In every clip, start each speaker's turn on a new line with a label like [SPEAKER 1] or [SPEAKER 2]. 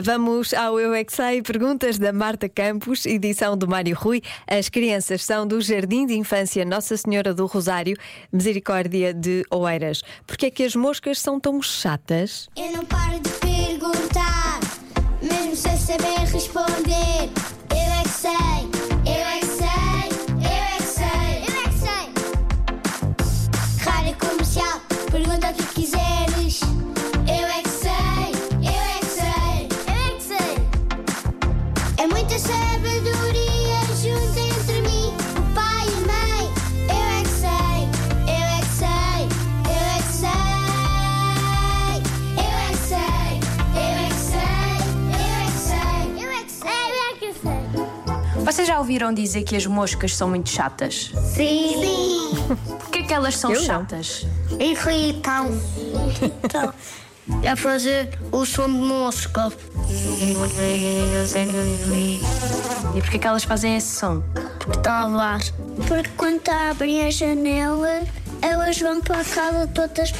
[SPEAKER 1] Vamos ao Eu é que Sei, perguntas da Marta Campos, edição do Mário Rui. As crianças são do Jardim de Infância Nossa Senhora do Rosário, Misericórdia de Oeiras. Porquê é que as moscas são tão chatas?
[SPEAKER 2] Eu não paro de perguntar, mesmo sem saber responder. Eu é que sei, eu é que sei, eu é que sei, eu é que sei. Rádio comercial, pergunta o que quiseres. Eu é que sei, eu é que sei, eu é que sei. É muita sabedoria junto entre mim, o pai e a mãe. Eu é que sei, eu é que sei, eu é que sei. Eu é que sei, eu é que sei, eu é que sei, eu é que sei, eu
[SPEAKER 3] Vocês já ouviram dizer que as moscas são muito chatas?
[SPEAKER 2] é que sei. Sim.
[SPEAKER 3] Porquê é que elas são
[SPEAKER 1] Eu não.
[SPEAKER 3] chatas?
[SPEAKER 2] Irritam. Irritam.
[SPEAKER 4] É fazer o som de mosca.
[SPEAKER 3] E porquê é que elas fazem esse som?
[SPEAKER 4] Talvez.
[SPEAKER 2] Porque quando abrem a janela, elas vão para a casa de todas,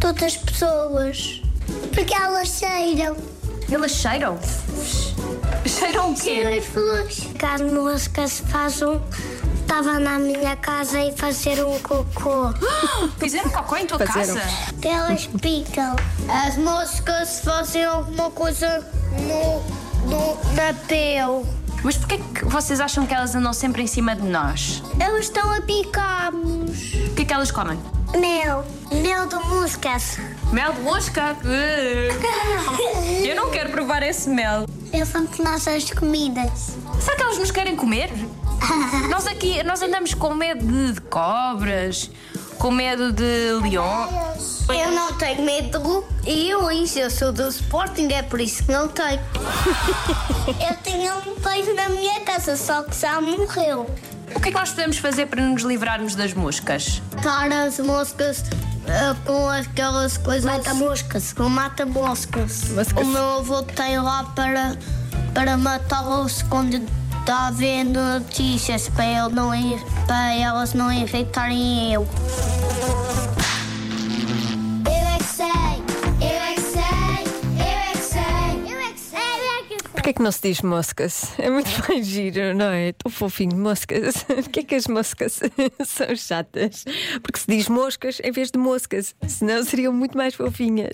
[SPEAKER 2] todas as pessoas. Porque elas cheiram.
[SPEAKER 3] Elas cheiram? Cheiram o quê?
[SPEAKER 2] Cheiram as flores. As moscas fazem. um. Estava na minha casa e fazer um cocô.
[SPEAKER 3] Fizeram cocô em tua
[SPEAKER 1] Fizeram.
[SPEAKER 3] casa?
[SPEAKER 2] Elas picam. As moscas fazem alguma coisa no, no, na pele.
[SPEAKER 3] Mas porquê é que vocês acham que elas andam sempre em cima de nós?
[SPEAKER 2] Elas estão a picar-nos.
[SPEAKER 3] O que é que elas comem?
[SPEAKER 2] Mel. Mel de moscas.
[SPEAKER 3] Mel de mosca? Eu não quero provar esse mel.
[SPEAKER 2] Pensam que nós as comidas.
[SPEAKER 3] Será que elas nos querem comer? Nós aqui, nós andamos com medo de- de cobras, com medo de leões.
[SPEAKER 4] Eu não tenho medo e eu, eu sou do Sporting, é por isso que não tenho.
[SPEAKER 2] Eu tinha um peixe na minha casa, só que já morreu.
[SPEAKER 3] O que é que nós podemos fazer para nos livrarmos das moscas?
[SPEAKER 4] Matar as moscas eh, com aquelas coisas. Mata-moscas. Com mata-moscas.
[SPEAKER 1] Moscas.
[SPEAKER 4] O meu avô tem lá para, para matá-las quando está a ver notícias, para, ele não ir, para elas não irritarem eu.
[SPEAKER 2] Eu é que sei, eu é que sei, eu é que sei, eu é que sei, eu é que sei.
[SPEAKER 1] Porquê é que não se diz moscas? É muito mais giro, não é? Tão fofinho, moscas. Porquê é que as moscas são chatas? Porque se diz moscas em vez de moscas, senão seriam muito mais fofinhas.